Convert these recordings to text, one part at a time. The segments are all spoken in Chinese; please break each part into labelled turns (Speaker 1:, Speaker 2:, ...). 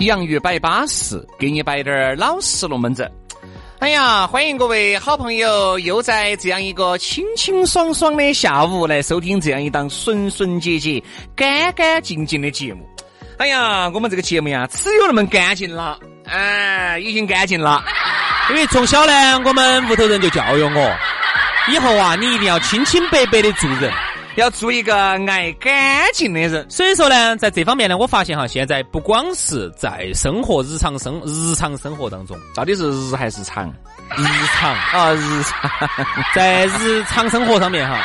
Speaker 1: 洋芋摆巴适，给你摆点儿老实龙门阵。哎呀，欢迎各位好朋友，又在这样一个清清爽爽的下午来收听这样一档纯纯洁洁、干干净净的节目。哎呀，我们这个节目呀，只有那么干净了，哎，已经干净了。
Speaker 2: 因为从小呢，我们屋头人就教育我，以后啊，你一定要清清白白的做人。
Speaker 1: 要做一个爱干净的人。
Speaker 2: 所以说呢，在这方面呢，我发现哈，现在不光是在生活日常生日常生活当中，
Speaker 1: 到底是日还是长？
Speaker 2: 日常
Speaker 1: 啊，日常。
Speaker 2: 在日常生活上面哈，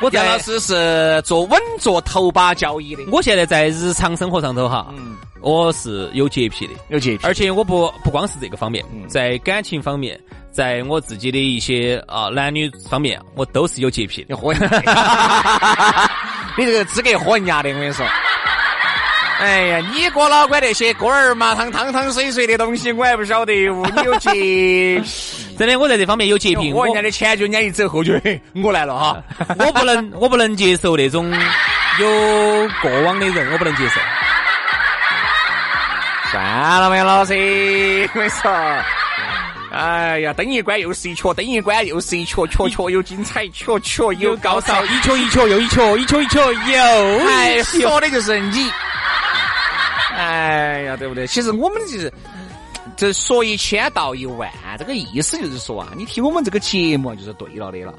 Speaker 2: 我
Speaker 1: 杨
Speaker 3: 哎
Speaker 2: 在
Speaker 1: 老师是做稳坐头把交椅的，
Speaker 2: 我现在在日常生活上头哈，
Speaker 1: 嗯
Speaker 2: 我是有洁癖的，
Speaker 1: 有洁癖。
Speaker 2: 而且我不不光是这个方面
Speaker 1: 嗯，
Speaker 2: 在感情方面，在我自己的一些啊、男女方面，我都是有洁癖的。
Speaker 1: 你喝 人家的，你这个资格喝人家的，我跟你说。哎呀，你哥老倌那些锅儿麻汤、汤汤水水的东西，我还不晓得哦。你有洁 癖，
Speaker 2: 真的，我在这方面有洁癖，
Speaker 1: 喝
Speaker 2: 我
Speaker 1: 人家的前脚，人家一走后脚，嘿我来了 哈。
Speaker 2: 我不能，我不能接受那种有过往的人，我不能接受。
Speaker 1: 算了没，老师，我跟你说。哎呀，灯一关又是一圈，灯一关又是一圈，圈圈有精彩，圈圈有高潮。
Speaker 2: 一球一球又一球，一球一球又
Speaker 1: 哎，
Speaker 2: 一球。
Speaker 1: 说的就是你。哎呀，对不对？其实我们就是这说一千道一万，这个意思就是说啊，你听我们这个节目就是对了的了。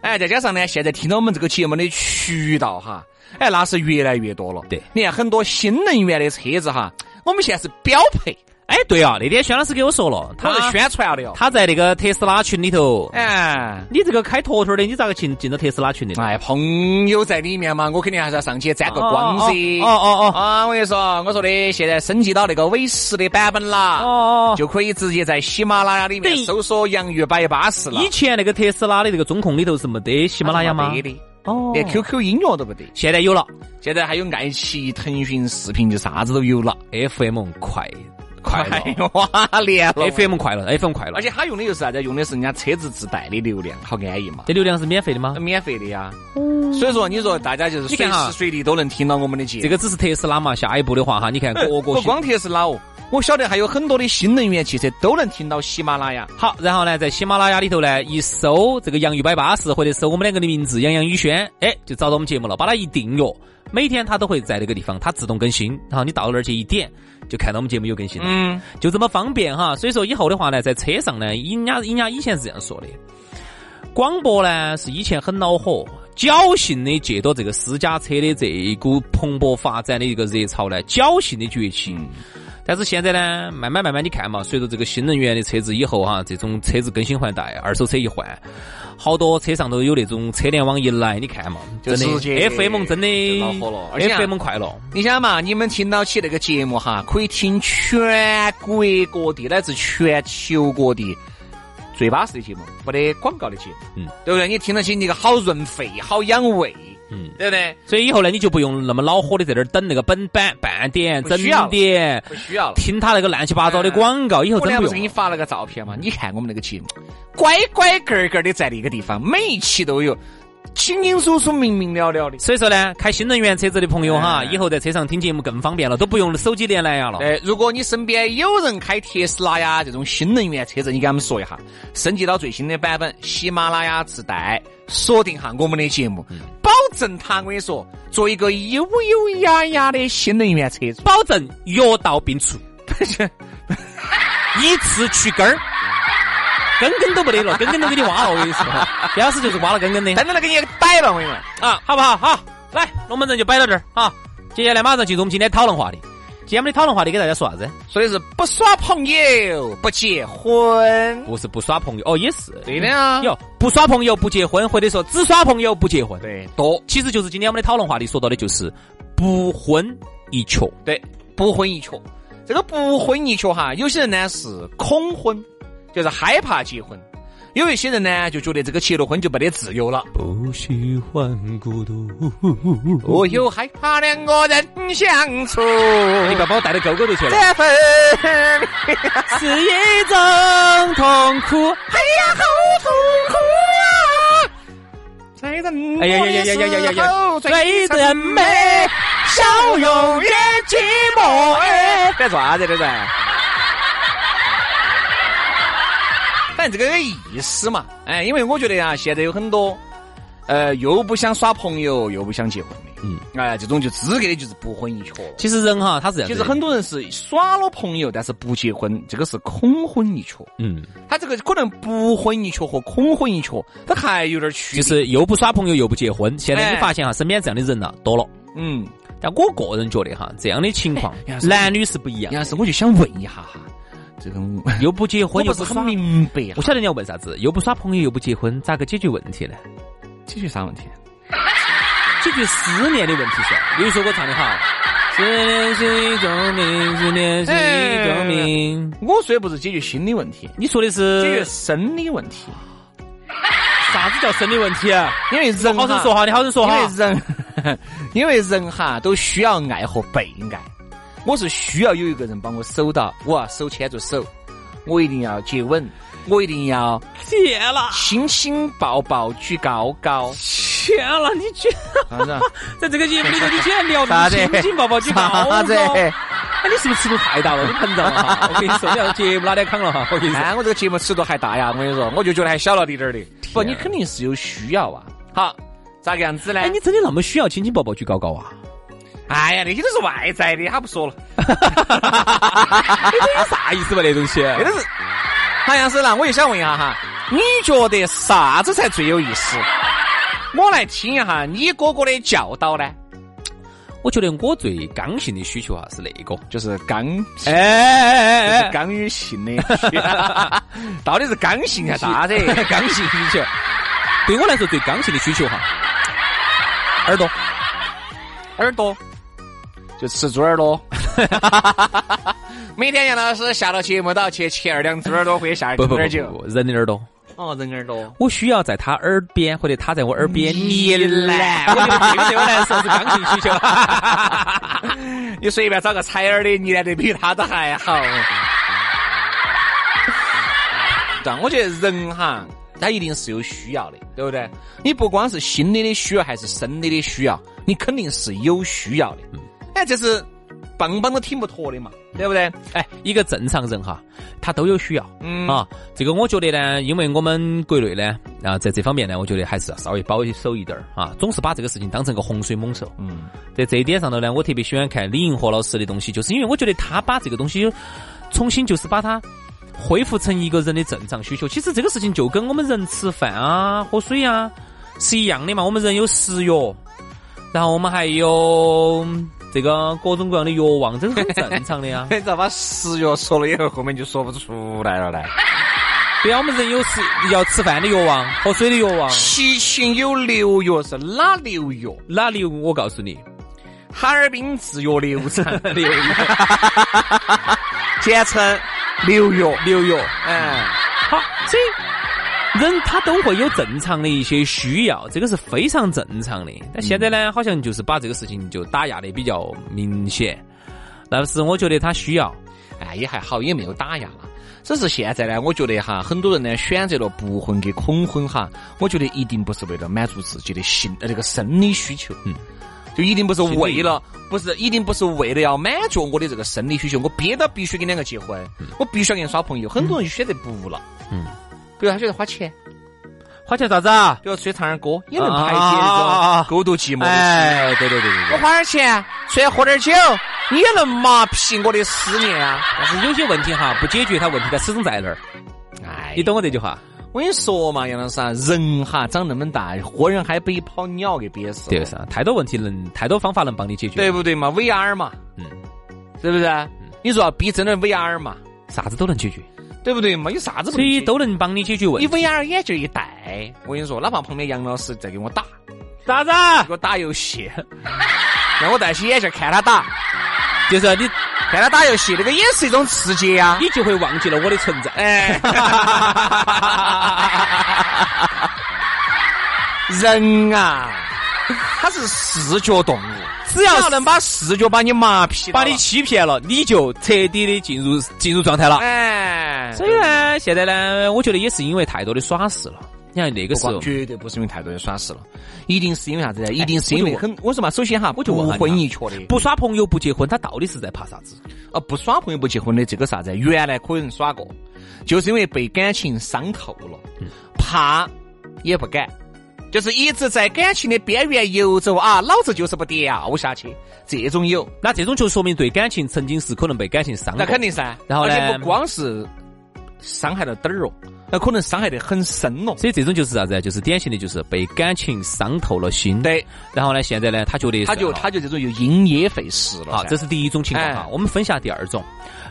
Speaker 1: 哎，再加上呢，现在听到我们这个节目的渠道哈，哎，那是越来越多了。
Speaker 2: 对
Speaker 1: 你看很多新能源的车子哈，我们现在是标配，
Speaker 2: 哎，对啊，那天轩老师给我说了，
Speaker 1: 它是
Speaker 2: 他
Speaker 1: 宣传了的哟。
Speaker 2: 他在那个特斯拉群里头，
Speaker 1: 哎。
Speaker 2: 你这个开坨坨的，你咋个进进到特斯拉群里头？
Speaker 1: 哎，朋友在里面嘛，我肯定还是要上去沾个光噻。
Speaker 2: 哦哦哦
Speaker 1: 啊，我跟你说，我说的现在升级到那个 V 十的版本啦，
Speaker 2: 哦哦，
Speaker 1: 就可以直接在喜马拉雅里面
Speaker 2: 对
Speaker 1: 搜索“洋芋摆巴士”了。
Speaker 2: 以前那个特斯拉的这个中控里头是没得喜马拉雅吗
Speaker 1: 没？的，
Speaker 2: 哦，
Speaker 1: 连 QQ 音乐都不得。
Speaker 2: 现在有了
Speaker 1: 现在还有爱奇艺、腾讯视频，就啥子都有了。
Speaker 2: FM 快快
Speaker 1: 哎
Speaker 2: 乐
Speaker 1: 呦，哇，连了
Speaker 2: ，FM 快乐，FM 快乐，
Speaker 1: 而且它用的又是啥子？用啊的是人家车子自带的流量，好安逸嘛，
Speaker 2: 这流量是免费的吗？
Speaker 1: 免费的呀。所以说，哦你啊说大家就是随
Speaker 2: 你看哈
Speaker 1: 时随地都能听到我们的节目
Speaker 2: 这。个只是特斯拉嘛，下一步的话哈， 你看各
Speaker 1: 不
Speaker 2: 个
Speaker 1: 光特斯拉哦，我晓得还有很多的新能源汽车都能听到喜马拉雅。
Speaker 2: 好，然后呢，在喜马拉雅里头呢，一搜这个“洋芋摆巴士”或者搜我们两个的名字“杨洋宇轩”，哎，就找到我们节目了。把它一订阅，每天它都会在那个地方，它自动更新。然后你到那儿去一点，就看到我们节目有更新了，
Speaker 1: 嗯，
Speaker 2: 就这么方便哈。所以说以后的话呢，在车上呢，人家人家以前是这样说的，广播呢是以前很恼火，侥幸的借着这个私家车的这一股蓬勃发展的一个热潮呢，侥幸的崛起。
Speaker 1: 嗯
Speaker 2: 但是现在呢，慢慢慢慢，你看嘛，随着这个新能源的车子以后哈、这种车子更新换代，二手车一换，好多车上都有那种车联网一来，你看嘛，
Speaker 1: 就
Speaker 2: 真
Speaker 1: 直接
Speaker 2: 的 FM 真
Speaker 1: 就
Speaker 2: 的
Speaker 1: 恼火了而且啊
Speaker 2: FM 快乐，
Speaker 1: 你想嘛，你们听到起那个节目哈，可以听全国各地乃至全球各地最巴适的节目，没得广告的节目，
Speaker 2: 嗯，
Speaker 1: 对不对？你听得起你个好润肺，好养胃，
Speaker 2: 嗯。
Speaker 1: 对不对？
Speaker 2: 所以以后呢，你就不用那么恼火的在那儿等那个本版、半点、
Speaker 1: 不
Speaker 2: 整
Speaker 1: 需要了
Speaker 2: 点，
Speaker 1: 不需要了。
Speaker 2: 听他那个乱七八糟的广告，以后
Speaker 1: 我
Speaker 2: 真
Speaker 1: 俩不
Speaker 2: 不用
Speaker 1: 是给
Speaker 2: 了
Speaker 1: 你发了个照片吗？你看我们那个节目，乖乖个个的在那个地方，每一期都有。清清楚楚、明明了了的。
Speaker 2: 所以说呢，开新能源车子的朋友哈，
Speaker 1: 哎
Speaker 2: 以后在车上听节目更方便了，都不用手机连蓝牙了。
Speaker 1: 哎，如果你身边有人开特斯拉呀这种新能源车子，你给他们说一下，升级到最新的版本，喜马拉雅自带，锁定下我们的节目，保证他我跟你说，做一个优优雅雅的新能源 车主。
Speaker 2: 保证药到病除，一次去根儿，根根都不得了，根根都给你挖了。我跟你 说，杨老师就是挖了根根的
Speaker 1: 真的那给你逮了，我跟 你说，
Speaker 2: 啊，好不好？好，来，龙门阵就摆到这儿啊。接下来马上进入我们今天讨论话题。今天我们的讨论话题给大家说啥子？
Speaker 1: 说的是不耍朋友不结婚，
Speaker 2: 不是不耍朋友哦，也是
Speaker 1: 对的啊呀
Speaker 2: 有不耍朋友不结婚，或者说只耍朋友不结婚。
Speaker 1: 对
Speaker 2: 多，其实就是今天我们的讨论话题说到的就是不婚一缺。
Speaker 1: 对，不婚一缺。这个不婚一缺哈，有些人呢是恐婚，就是害怕结婚；有一些人呢就觉得这个结了婚就没得自由了。
Speaker 2: 不喜欢孤独。
Speaker 1: 我又哦害怕两个人相处，
Speaker 2: 你不要把我带到沟沟头去了。
Speaker 1: 这份
Speaker 2: 是一种痛苦。
Speaker 1: 哎呀好痛苦啊！在人
Speaker 2: 哎呀呀呀呀呀呀呀！最真美，
Speaker 1: 笑容也寂寞哎。 在做啥子？这是？反正这个意思嘛，哎，因为我觉得啊，现在有很多，呃，又不想耍朋友，又不想结婚的，
Speaker 2: 嗯
Speaker 1: 嗯，哎，这种就资格的就是不婚一缺了。
Speaker 2: 其实人哈，他是这样
Speaker 1: 其
Speaker 2: 子的，
Speaker 1: 实很多人是耍了朋友，但是不结婚，这个是恐婚一缺。
Speaker 2: 嗯，
Speaker 1: 他这个可能不婚一缺和恐婚一缺，他还有点区别。
Speaker 2: 就是又不耍朋友又不结婚。现在
Speaker 1: 哎
Speaker 2: 你发现哈，身边这样的人呐多了。
Speaker 1: 嗯，
Speaker 2: 但我个人觉得哈，这样的情况
Speaker 1: 哎杨老师
Speaker 2: 男女是不一
Speaker 1: 杨
Speaker 2: 样的，
Speaker 1: 老师，我就想问一下哈，这个我
Speaker 2: 又不结
Speaker 1: 我
Speaker 2: 婚又
Speaker 1: 不
Speaker 2: 不
Speaker 1: 是
Speaker 2: 耍
Speaker 1: 很。明白
Speaker 2: 我
Speaker 1: 啊，
Speaker 2: 晓得你要问啥子，又不耍朋友又不结婚，咋个解决问题呢？
Speaker 1: 解决啥问题？
Speaker 2: 解决思念的问题噻。有一首歌唱的好，思念是一种病，思念是一种病。
Speaker 1: 我说的不是解决心理问题，
Speaker 2: 你说的是
Speaker 1: 解决生理问题。
Speaker 2: 啥子叫生理问题、啊？
Speaker 1: 因为人
Speaker 2: 好生说
Speaker 1: 哈，
Speaker 2: 哈，你好生说
Speaker 1: 因
Speaker 2: 哈。
Speaker 1: 为人， 因为人哈都需要爱和被爱。我是需要有一个人帮我守到，我要手牵着手，我一定要接吻，我一定要
Speaker 2: 天啦，
Speaker 1: 亲亲抱抱举高高，
Speaker 2: 天啦，你居然
Speaker 1: 啥子啊？
Speaker 2: 在这个节目里头，你居然聊
Speaker 1: 啥子
Speaker 2: 的亲亲抱抱举高高
Speaker 1: 啥子？
Speaker 2: 哎，你是不是尺度太大了？你膨胀了哈！我跟你说，你要节目哪天扛了哈！我跟你说，
Speaker 1: 哎，我这个节目尺度还大呀！我跟你说，我就觉得还小了滴点儿的。不，你肯定是有需要啊。好，咋个样子呢？
Speaker 2: 哎，你真的那么需要亲亲抱抱举高高啊？
Speaker 1: 哎呀，那些都是外在的，他不说了。
Speaker 2: 你这有啥意思嘛？那东西？
Speaker 1: 那哎都是。好像是那，我就想问一下哈，你觉得啥子才最有意思？我来听一下你哥哥的教导呢，
Speaker 2: 我觉得我最刚性的需求啊是那个，
Speaker 1: 就是刚，
Speaker 2: 哎哎
Speaker 1: 就
Speaker 2: 哎
Speaker 1: 是刚与性的， 到底是刚性还是啥子？
Speaker 2: 哎， 刚性需求，对我来说最刚性的需求哈，耳朵。
Speaker 1: 耳朵，就吃猪耳朵。 每天杨老师下了节目都要去切二两猪耳朵或者下一
Speaker 2: 不不
Speaker 1: 点
Speaker 2: 不
Speaker 1: 点
Speaker 2: 不
Speaker 1: 酒。
Speaker 2: 不，人的耳朵。
Speaker 1: 哦，人耳朵。
Speaker 2: 我需要在他耳边，或者他在我耳边
Speaker 1: 你
Speaker 2: 来，
Speaker 1: 懒
Speaker 2: 我觉得这个对我来说是刚性需 求。
Speaker 1: 你随便找个采耳的，你来的比他都还好。但啊我觉得人哈，他一定是有需要的，对不对？你不光是心理的需要，还是生理的需要，你肯定是有需要的。哎，这是棒棒都挺不脱的嘛，对不对？
Speaker 2: 哎，一个正常人哈，他都有需要。
Speaker 1: 嗯
Speaker 2: 啊，这个我觉得呢，因为我们国内呢，啊，在这方面呢，我觉得还是要稍微保守一点儿啊，总是把这个事情当成个洪水猛兽。
Speaker 1: 嗯，
Speaker 2: 在这一点上头呢，我特别喜欢看李银河老师的东西，就是因为我觉得他把这个东西重新就是把它恢复成一个人的正常需求。其实这个事情就跟我们人吃饭啊、喝水啊是一样的嘛。我们人有食欲，然后我们还有这个各种各样的欲望，这是很正常的呀
Speaker 1: 。你咋哎把食药说了以后，后面就说不出来了呢？
Speaker 2: 对啊，我们人有食要吃饭的欲望，喝水的欲望。
Speaker 1: 七情有六药是哪六药？
Speaker 2: 哪里有？我告诉你，
Speaker 1: 哈尔滨制药六厂，
Speaker 2: 六
Speaker 1: 简称六药。
Speaker 2: 六药。
Speaker 1: 嗯。
Speaker 2: 好，所以人他都会有正常的一些需要，这个是非常正常的。但现在
Speaker 1: 嗯
Speaker 2: 呢，好像就是把这个事情就打压的比较明显。但是我觉得他需要，
Speaker 1: 哎，也还好，也没有打压了。只是现在呢，我觉得哈，很多人呢选择了不婚跟恐婚哈，我觉得一定不是为了满足自己的性呃这个生理需求，嗯，就一定不是为了不是一定不是为了要满足我的这个生理需求，我憋到必须跟两个结婚，
Speaker 2: 嗯
Speaker 1: 我必须要跟人耍朋友，很多人就选择不了，嗯，比如他觉得花钱，
Speaker 2: 花钱咋子啊？
Speaker 1: 比如出去唱点歌也能排解这种孤独寂寞的心。
Speaker 2: 哎，对对对对
Speaker 1: 我
Speaker 2: 对。
Speaker 1: 花点钱，出去喝点酒，也能麻痹我的思念啊！
Speaker 2: 但是有些问题哈，不解决它问题它始终在那儿，
Speaker 1: 哎
Speaker 2: 你懂我这句话？
Speaker 1: 我跟你说嘛，杨老师啊，人哈长那么大，活人还被跑鸟给憋死了，
Speaker 2: 对噻，哦太多问题能，太多方法能帮你解决。
Speaker 1: 对不对嘛？VR 嘛，
Speaker 2: 嗯，
Speaker 1: 对不对？你说要逼真的 VR 嘛，
Speaker 2: 啥子都能解决，
Speaker 1: 对不对嘛？有啥子不
Speaker 2: 所
Speaker 1: 能解
Speaker 2: 以
Speaker 1: 决？
Speaker 2: 都能帮你解决问
Speaker 1: 你
Speaker 2: 题。
Speaker 1: VR 眼镜一戴，我跟你说，哪怕旁边杨老师在给我打，
Speaker 2: 啥子啊？
Speaker 1: 给我打游戏， 让我戴起眼镜看他打，
Speaker 2: 就是你，
Speaker 1: 看他打游戏，那个也是一种刺激啊呀、
Speaker 2: 你就会忘记了我的存在。
Speaker 1: 哎， 人啊，他是视觉动物，只要能把视觉把你麻痹，
Speaker 2: 把你欺骗了，你就彻底的进入进入状态了。
Speaker 1: 哎，
Speaker 2: 所以呢，现在呢，我觉得也是因为太多的耍事了。你看那个
Speaker 1: 不
Speaker 2: 时候
Speaker 1: 光，绝对不是因为太多的耍事了，一定是因为啥子呢？一定是因为
Speaker 2: 哎我就
Speaker 1: 很，我说嘛，首先哈，
Speaker 2: 我就问
Speaker 1: 不
Speaker 2: 下你
Speaker 1: 婚
Speaker 2: 哈
Speaker 1: 一确的，
Speaker 2: 不耍朋友不结婚，他到底是在怕啥子？
Speaker 1: 啊，不耍朋友不结婚的这个啥子？原来可能耍过，就是因为被感情伤透了，
Speaker 2: 嗯
Speaker 1: 怕也不敢，就是一直在感情的边缘游走啊，老子就是不掉下去。这种有，
Speaker 2: 那这种就说明对感情曾经是可能被感情伤过
Speaker 1: 那肯定噻。
Speaker 2: 然后
Speaker 1: 而
Speaker 2: 呢
Speaker 1: 且不光是伤害了点儿哦，那可能伤害得很深哦。
Speaker 2: 所以这种就是啥子啊？就是典型的，就是被感情伤透了心。
Speaker 1: 对，
Speaker 2: 然后呢，现在呢，他觉得啊
Speaker 1: 他就是他就这种就因噎废食了噻。
Speaker 2: 好，这是第一种情况
Speaker 1: 哎
Speaker 2: 哈。我们分下第二种，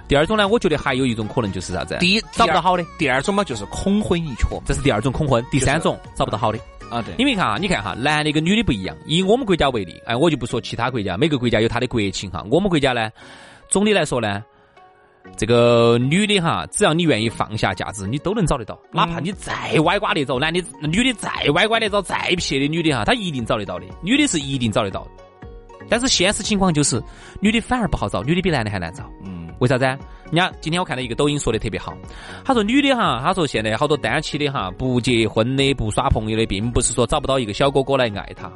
Speaker 2: 第二种呢，我觉得还有一种可能就是啥子啊？
Speaker 1: 第一
Speaker 2: 找不到好的，
Speaker 1: 第二种嘛就是恐婚一瞤
Speaker 2: 这是第二种恐婚。第三
Speaker 1: 就是
Speaker 2: 种找不到好的，
Speaker 1: 啊，对
Speaker 2: 因为看哈，你看哈，男的跟女的不一样。以我们国家为例，哎，我就不说其他国家，每个国家有它的国情哈。我们国家呢，总的来说呢，这个女的哈，只要你愿意放下架子，你都能找得到，哪怕你再歪瓜裂枣，男的、女的再歪瓜裂枣、再撇的女的哈，她一定找得到的，女的是一定找得到的。但是现实情况就是，女的反而不好找，女的比男的还难找。
Speaker 1: 嗯，
Speaker 2: 为啥子啊？人家今天我看到一个抖音说的特别好，他说女的哈，他说现在好多单期的哈，不结婚的、不耍朋友的，并不是说找不到一个小哥哥来爱她，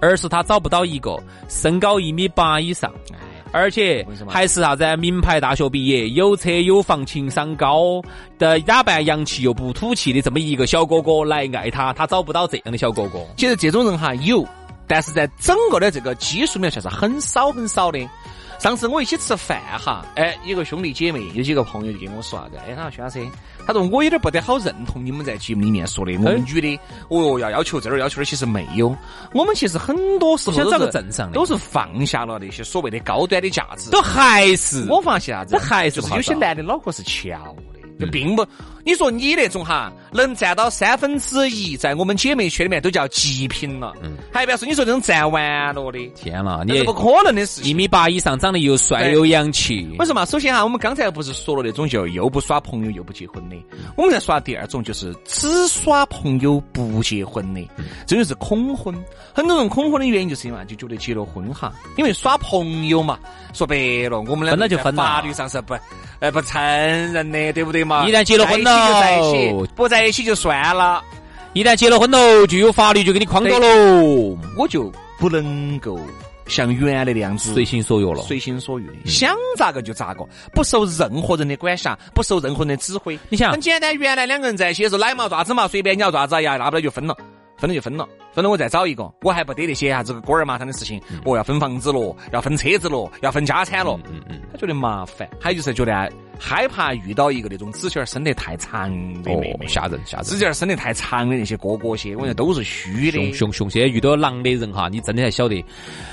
Speaker 2: 而是她找不到一个身高一米八以上，
Speaker 1: 哎，
Speaker 2: 而且
Speaker 1: 为什么
Speaker 2: 还是啥子啊名牌大学毕业，有车有房，情商高的，打扮洋气又不土气的这么一个小哥哥来爱她，她找不到这样的小哥哥。
Speaker 1: 其实这种人哈有，但是在整个的这个基数里面算是很少很少的。上次我一起吃饭哈，哎，有个兄弟姐妹，有几个朋友就跟我说啥子，哎，他说薛老师，他说我有点不得好认同你们在节目里面说
Speaker 2: 哎
Speaker 1: 的，我们女的，哦哟，要要求这儿要求那儿，其实没有，我们其实很多时候
Speaker 2: 想
Speaker 1: 都
Speaker 2: 找个
Speaker 1: 是
Speaker 2: 正常的
Speaker 1: 都是放下了那些所谓的高端的价值。
Speaker 2: 都还是
Speaker 1: 我发现啥子？
Speaker 2: 这还是
Speaker 1: 就
Speaker 2: 不
Speaker 1: 是嗯
Speaker 2: 好
Speaker 1: 有些
Speaker 2: 找
Speaker 1: 男的脑壳是翘的，就并不。你说你那种哈，能占到三分之一，在我们姐妹圈里面都叫极品了。嗯，还不要说你说这种占完了的，
Speaker 2: 天了，
Speaker 1: 那
Speaker 2: 你
Speaker 1: 是不可能的事
Speaker 2: 一
Speaker 1: 情。
Speaker 2: 米八以上，长得又帅
Speaker 1: 对
Speaker 2: 又洋气，
Speaker 1: 为什么？首先哈，我们刚才不是说了那种就又不耍朋友又不结婚的，
Speaker 2: 嗯
Speaker 1: 我们再耍第二种，就是只耍朋友不结婚的，
Speaker 2: 嗯
Speaker 1: 这就是恐婚。很多人恐婚的原因就是因为啥就觉得结了婚哈，因为耍朋友嘛，说白了，我们两
Speaker 2: 分了
Speaker 1: 个
Speaker 2: 就
Speaker 1: 在
Speaker 2: 分了
Speaker 1: 法律上是不呃不承认的，对不对嘛？
Speaker 2: 一旦结了哦婚了
Speaker 1: 在一起就在一起，不在一起就算了。
Speaker 2: 一旦结了婚喽，就有法律就给你框到喽，
Speaker 1: 我就不能够像原来那样子
Speaker 2: 随心所欲了。
Speaker 1: 随心所欲
Speaker 2: 嗯
Speaker 1: 的，想咋个就咋个，不受任何人的管辖，不受任何人的指挥。
Speaker 2: 你想
Speaker 1: 很简单，原来两个人在一起的时候，奶嘛爪子嘛，随便你要爪子呀，大不了就分了。分了就分了，分了我再找一个，我还不得那些啥子锅儿麻汤的事情，
Speaker 2: 嗯
Speaker 1: 我要分房子咯，要分车子咯，要分家产咯，
Speaker 2: 嗯
Speaker 1: 他觉得麻烦，还有就是觉得害怕遇到一个那种指甲儿伸得太长的妹妹，
Speaker 2: 哦吓人吓
Speaker 1: 指
Speaker 2: 人！
Speaker 1: 甲儿伸得太长的那些哥哥些，我觉得都是虚的，
Speaker 2: 熊熊熊！现在遇到狼的人哈，你真的才晓得，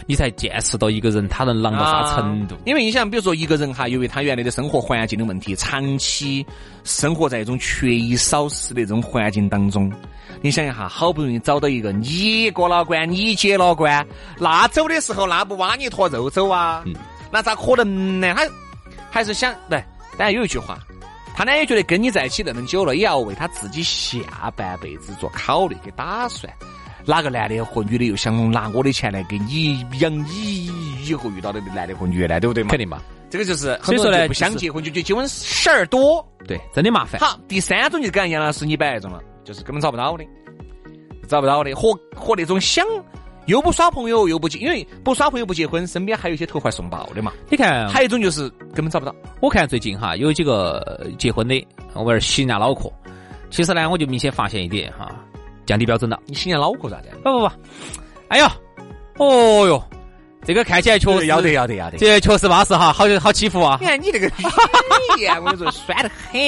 Speaker 2: 你才见识到一个人他能狼到啥程度
Speaker 1: 啊。因为你想，比如说一个人哈，由于他原来的生活环境的问题，长期生活在一种缺衣少食的这种环境当中，你想一下，好不容易找到一个你过了关，你解了关，那走的时候那不挖你一坨肉走啊？
Speaker 2: 嗯
Speaker 1: 那咋可能呢？他还是想对，当然有一句话。他呢也觉得跟你在一起那么久了，也要为他自己下半辈子做考虑跟打算。哪个男的或女的又想拿我的钱来给你养你以后遇到的男的或女的，对不对嘛？
Speaker 2: 肯定嘛，
Speaker 1: 这个就是很
Speaker 2: 所以说
Speaker 1: 多人
Speaker 2: 呢
Speaker 1: 就不想
Speaker 2: 就是
Speaker 1: 结婚，就觉得结婚事儿多。
Speaker 2: 对，真的麻烦。
Speaker 1: 好，第三种就是刚才杨老师你摆那种了，就是根本找不到的，找不到的，和和那种想又不耍朋友又不结，因为不耍朋友不结婚，身边还有一些投怀送抱的嘛。
Speaker 2: 你看，
Speaker 1: 还有一种就是根本找不到，
Speaker 2: 我看最近哈有几个结婚的，我儿洗人家脑壳。其实呢，我就明显发现一点哈，降低标准了。
Speaker 1: 你新娘脑壳咋的？
Speaker 2: 不不不，哎呦，哦哟，这个看起来确实
Speaker 1: 要得，要得要得。
Speaker 2: 这确实巴适哈，好好欺负啊
Speaker 1: 你！看你这个语言，我跟你说，酸得很。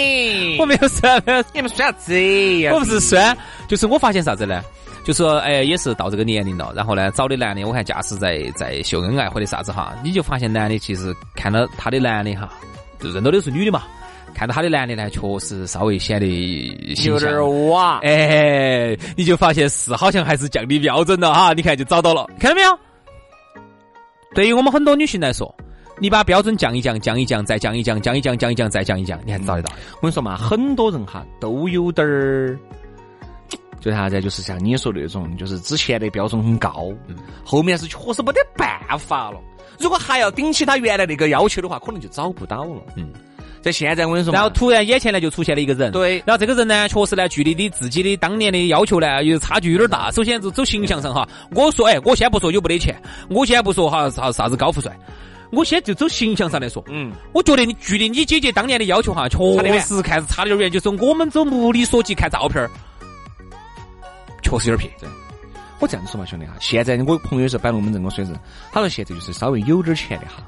Speaker 2: 我没有酸，没有啊
Speaker 1: 你们酸啥子呀？
Speaker 2: 我不是酸，就是我发现啥子呢？就说哎，也是到这个年龄了，然后呢，找的男的，我看驾驶在在秀恩爱或者啥子哈，你就发现男的其实看到他的男的哈，就认到的是女的嘛，看到他的男的呢，确实稍微显得形
Speaker 1: 有嗯点
Speaker 2: 象。
Speaker 1: 儿哇。
Speaker 2: 哎，你就发现是好像还是降低标准了哈，你看就找到了，看到没有？对于我们很多女性来说，你把标准降一降，降一降，再降一降，降一降，降一降，再降一降，你还找得到。
Speaker 1: 我跟你说嘛，很多人哈都有点儿，就啥子，就是像你说的那种，就是之前的标准很高，后面是确实没得办法了。如果还要顶起他原来那个要求的话，可能就找不到了。
Speaker 2: 嗯，
Speaker 1: 在现在我跟你说嘛，
Speaker 2: 然后突然眼前呢就出现了一个人，
Speaker 1: 对
Speaker 2: 然后这个人呢，确实呢，距离你自己的当年的要求呢，有差距有点大。首先就走形象上哈，我说，哎，我先不说有没得钱，我先不说哈啥啥子高富帅，我先就走形象上来说，
Speaker 1: 嗯，
Speaker 2: 我觉得你距离你姐姐当年的要求哈，
Speaker 1: 差得
Speaker 2: 确
Speaker 1: 远
Speaker 2: 实看是差得有点远。就是我们走目力所及看照片儿，确实有点撇。
Speaker 1: 我这样子说嘛，兄弟哈，现在我朋友是摆龙门阵，我说是，他说现在就是稍微有点钱的哈，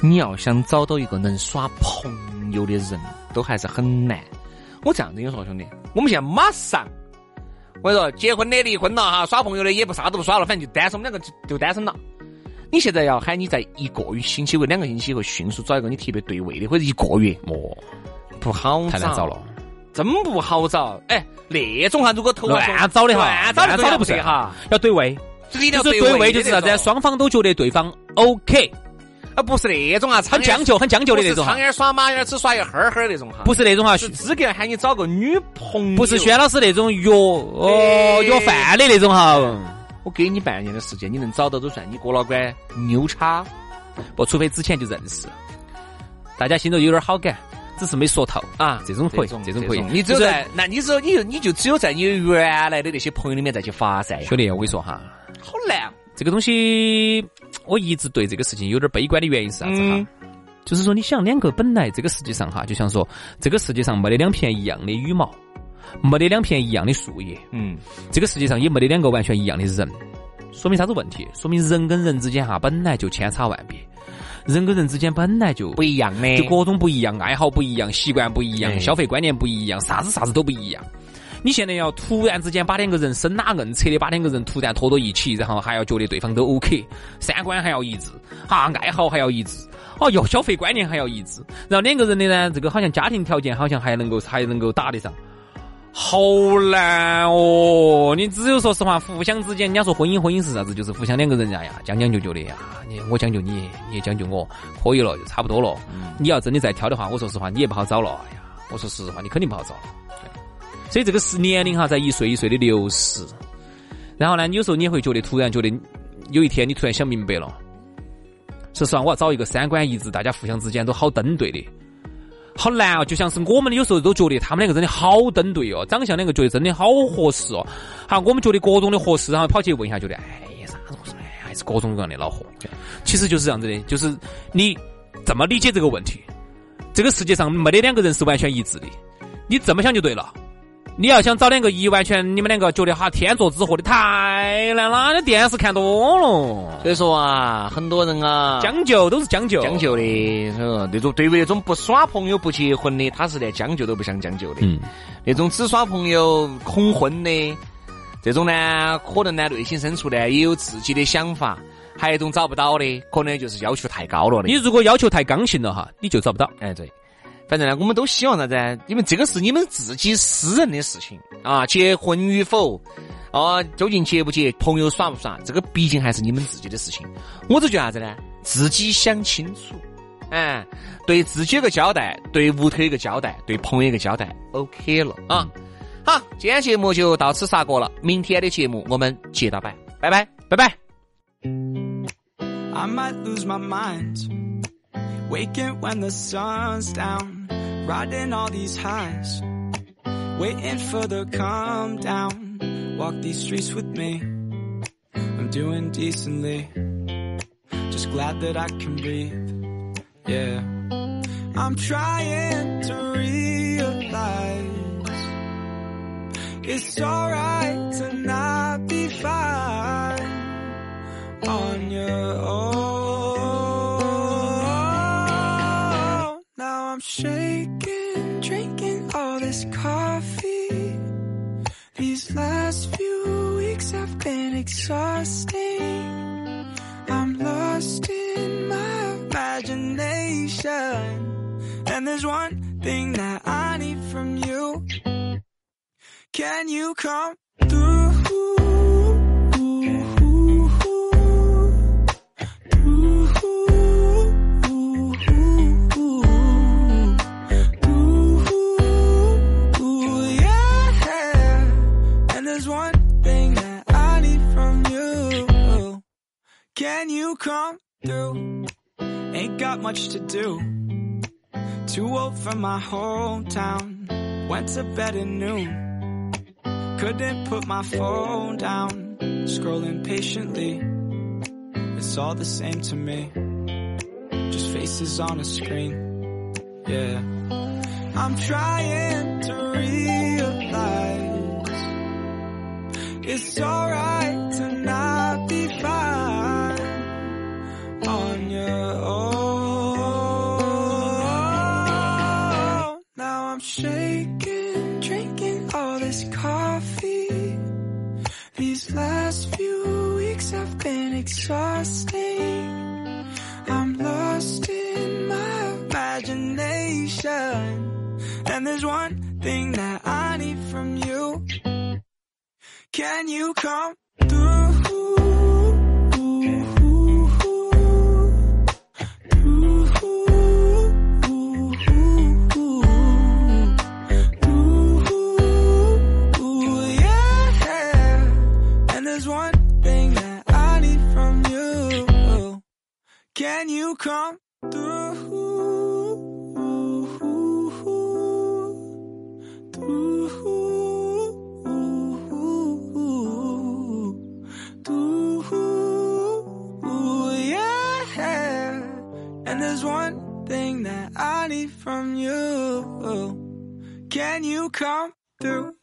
Speaker 1: 你要想找到一个能耍朋友的人，都还是很难。我这样子跟你说，兄弟，我们现在马上，我跟你说，结婚的离婚了哈，耍朋友的也不啥都不耍了，反正就单身，我们两个就就单身了。你现在要喊你在一个月、星期或两个星期以后迅速找一个你特别对位的，或者一个月
Speaker 2: 哦，
Speaker 1: 不好
Speaker 2: 太难找了。
Speaker 1: 真不好找。哎，那种哈，如果投
Speaker 2: 乱找的哈，
Speaker 1: 乱找
Speaker 2: 乱
Speaker 1: 的
Speaker 2: 找的不是
Speaker 1: 哈，，
Speaker 2: 要对位，
Speaker 1: 这个一定
Speaker 2: 就
Speaker 1: 要
Speaker 2: 是对位
Speaker 1: 位的
Speaker 2: 就是啥
Speaker 1: 那
Speaker 2: 子，
Speaker 1: 种
Speaker 2: 双方都觉得对方 OK，
Speaker 1: 啊，不是那种啊，苍
Speaker 2: 很
Speaker 1: 蝇
Speaker 2: 讲究，很讲究的那种
Speaker 1: 苍
Speaker 2: 哈，
Speaker 1: 蝇耍马蝇只耍一哈儿哈儿那种哈，
Speaker 2: 不是那种哈，
Speaker 1: 哎是资格喊你找个女朋友。
Speaker 2: 不是，轩老师那种约哦
Speaker 1: 哎
Speaker 2: 约饭的那种哈，
Speaker 1: 我给你半年的时间，你能找到都算你过了关，牛叉。
Speaker 2: 不，除非之前就认识，大家心头有点好感，只是没说透啊，这种可以，这
Speaker 1: 种
Speaker 2: 种可以，
Speaker 1: 你只有
Speaker 2: 就是
Speaker 1: 在，那你只有你就你就只有在你原来的那些朋友里面再去发散呀，
Speaker 2: 兄弟，我跟你说哈，
Speaker 1: 好难。
Speaker 2: 这个东西，我一直对这个事情有点悲观的原因是啥子哈？
Speaker 1: 嗯
Speaker 2: 就是说，你想两个本来这个世界上哈，就像说这个世界上没得两片一样的羽毛，没得两片一样的树叶，
Speaker 1: 嗯，
Speaker 2: 这个世界上也没得两个完全一样的人，说明啥子问题？说明人跟人之间哈本来就千差万别，人跟人之间本来就
Speaker 1: 不一样的
Speaker 2: 就。各种不一样，爱好不一样，习惯不一样，
Speaker 1: 哎
Speaker 2: 消费观念不一样，啥子啥子都不一样。你现在要突然之间把两个人生拉硬扯的把两个人突然拖到一起，然后还要觉得对方都 OK，三观还要一致，哈，爱好还要一致，哦哟，消费观念还要一致，然后两个人的呢，这个好像家庭条件好像还能够还能够打得上，好难哦！你只有说实话，互相之间，人家说婚姻，婚姻是啥子？就是互相两个人哎呀呀，将将就就的呀，你我将就你，你也将就我，可以了，就差不多了。你要真的再挑的话，我说实话，你也不好找了。哎呀，我说实话，你肯定不好找了。对所以这个是年龄哈，在一岁一岁的流逝。然后呢，有时候你也会觉得，突然觉得有一天你突然想明白了，说实话，我要找一个三观一致，大家互相之间都好登对的。好难哦，就像是我们有时候都觉得他们两个真的好登对哦，长相两个觉得真的好合适哦。好，我们觉得各种的合适，然后跑去问一下，觉得哎呀啥子合适，哎呀还是各种各样的恼火。其实就是这样子的，就是你怎么理解这个问题？这个世界上没得两个人是完全一致的，你这么想就对了。你要想找两个一完全，你们两个觉得哈天作之合的太难了，那电视看多了，
Speaker 1: 所以说啊，很多人啊，
Speaker 2: 将就都是将就，
Speaker 1: 讲。究的，呃那种对于那种不耍朋友不结婚的，他是连将就都不想将就的。
Speaker 2: 嗯，
Speaker 1: 那种只耍朋友恐婚的，这种呢，可能呢内心深处呢也有自己的想法，还有一种找不到的，可能就是要求太高了的
Speaker 2: 你。如果要求太刚性了哈，你就找不到。
Speaker 1: 哎，对，反正呢，我们都希望啥子？因为这个是你们自己私人的事情啊，结婚与否。啊，究竟结不结，朋友耍不耍，这个毕竟还是你们自己的事情。我只觉得啥子呢？自己想清楚，哎、对自己有个交代，对屋头有个交代，对朋友有个交代，OK 了啊。好，今天节目就到此杀过了，明天的节目我们接着摆，拜拜，拜拜。
Speaker 4: I might lose my mind Waking when the sun's down, riding all these highs. Waiting for the calm down, walk these streets with me. I'm doing decently, just glad that I can breathe. Yeah. I'm trying to realize it's alright to not be fine on your own. Now I'm shaking, drinking all this coffee. These last few weeks have been exhausting. I'm lost in my imagination. And there's one thing that I need from you. Can you come through? yeah. And there's one thing that I need from you. Can you come through? Ain't got much to do. Too old for my hometown. Went to bed at noon. Couldn't put my phone down, scrolling patiently. It's all the same to me. Just faces on a screen. Yeah. I'm trying to realize it's alright to not be fine on your own. Now I'm shaking, drinking all this coffee. These last few weeks have been exhausting. I'm lost in my imagination. And there's one thing that I need from you. Can you come through? yeah. And there's one thing that I need from you. Can you come through? Through, through, yeah. And there's one thing that I need from you. Can you come through?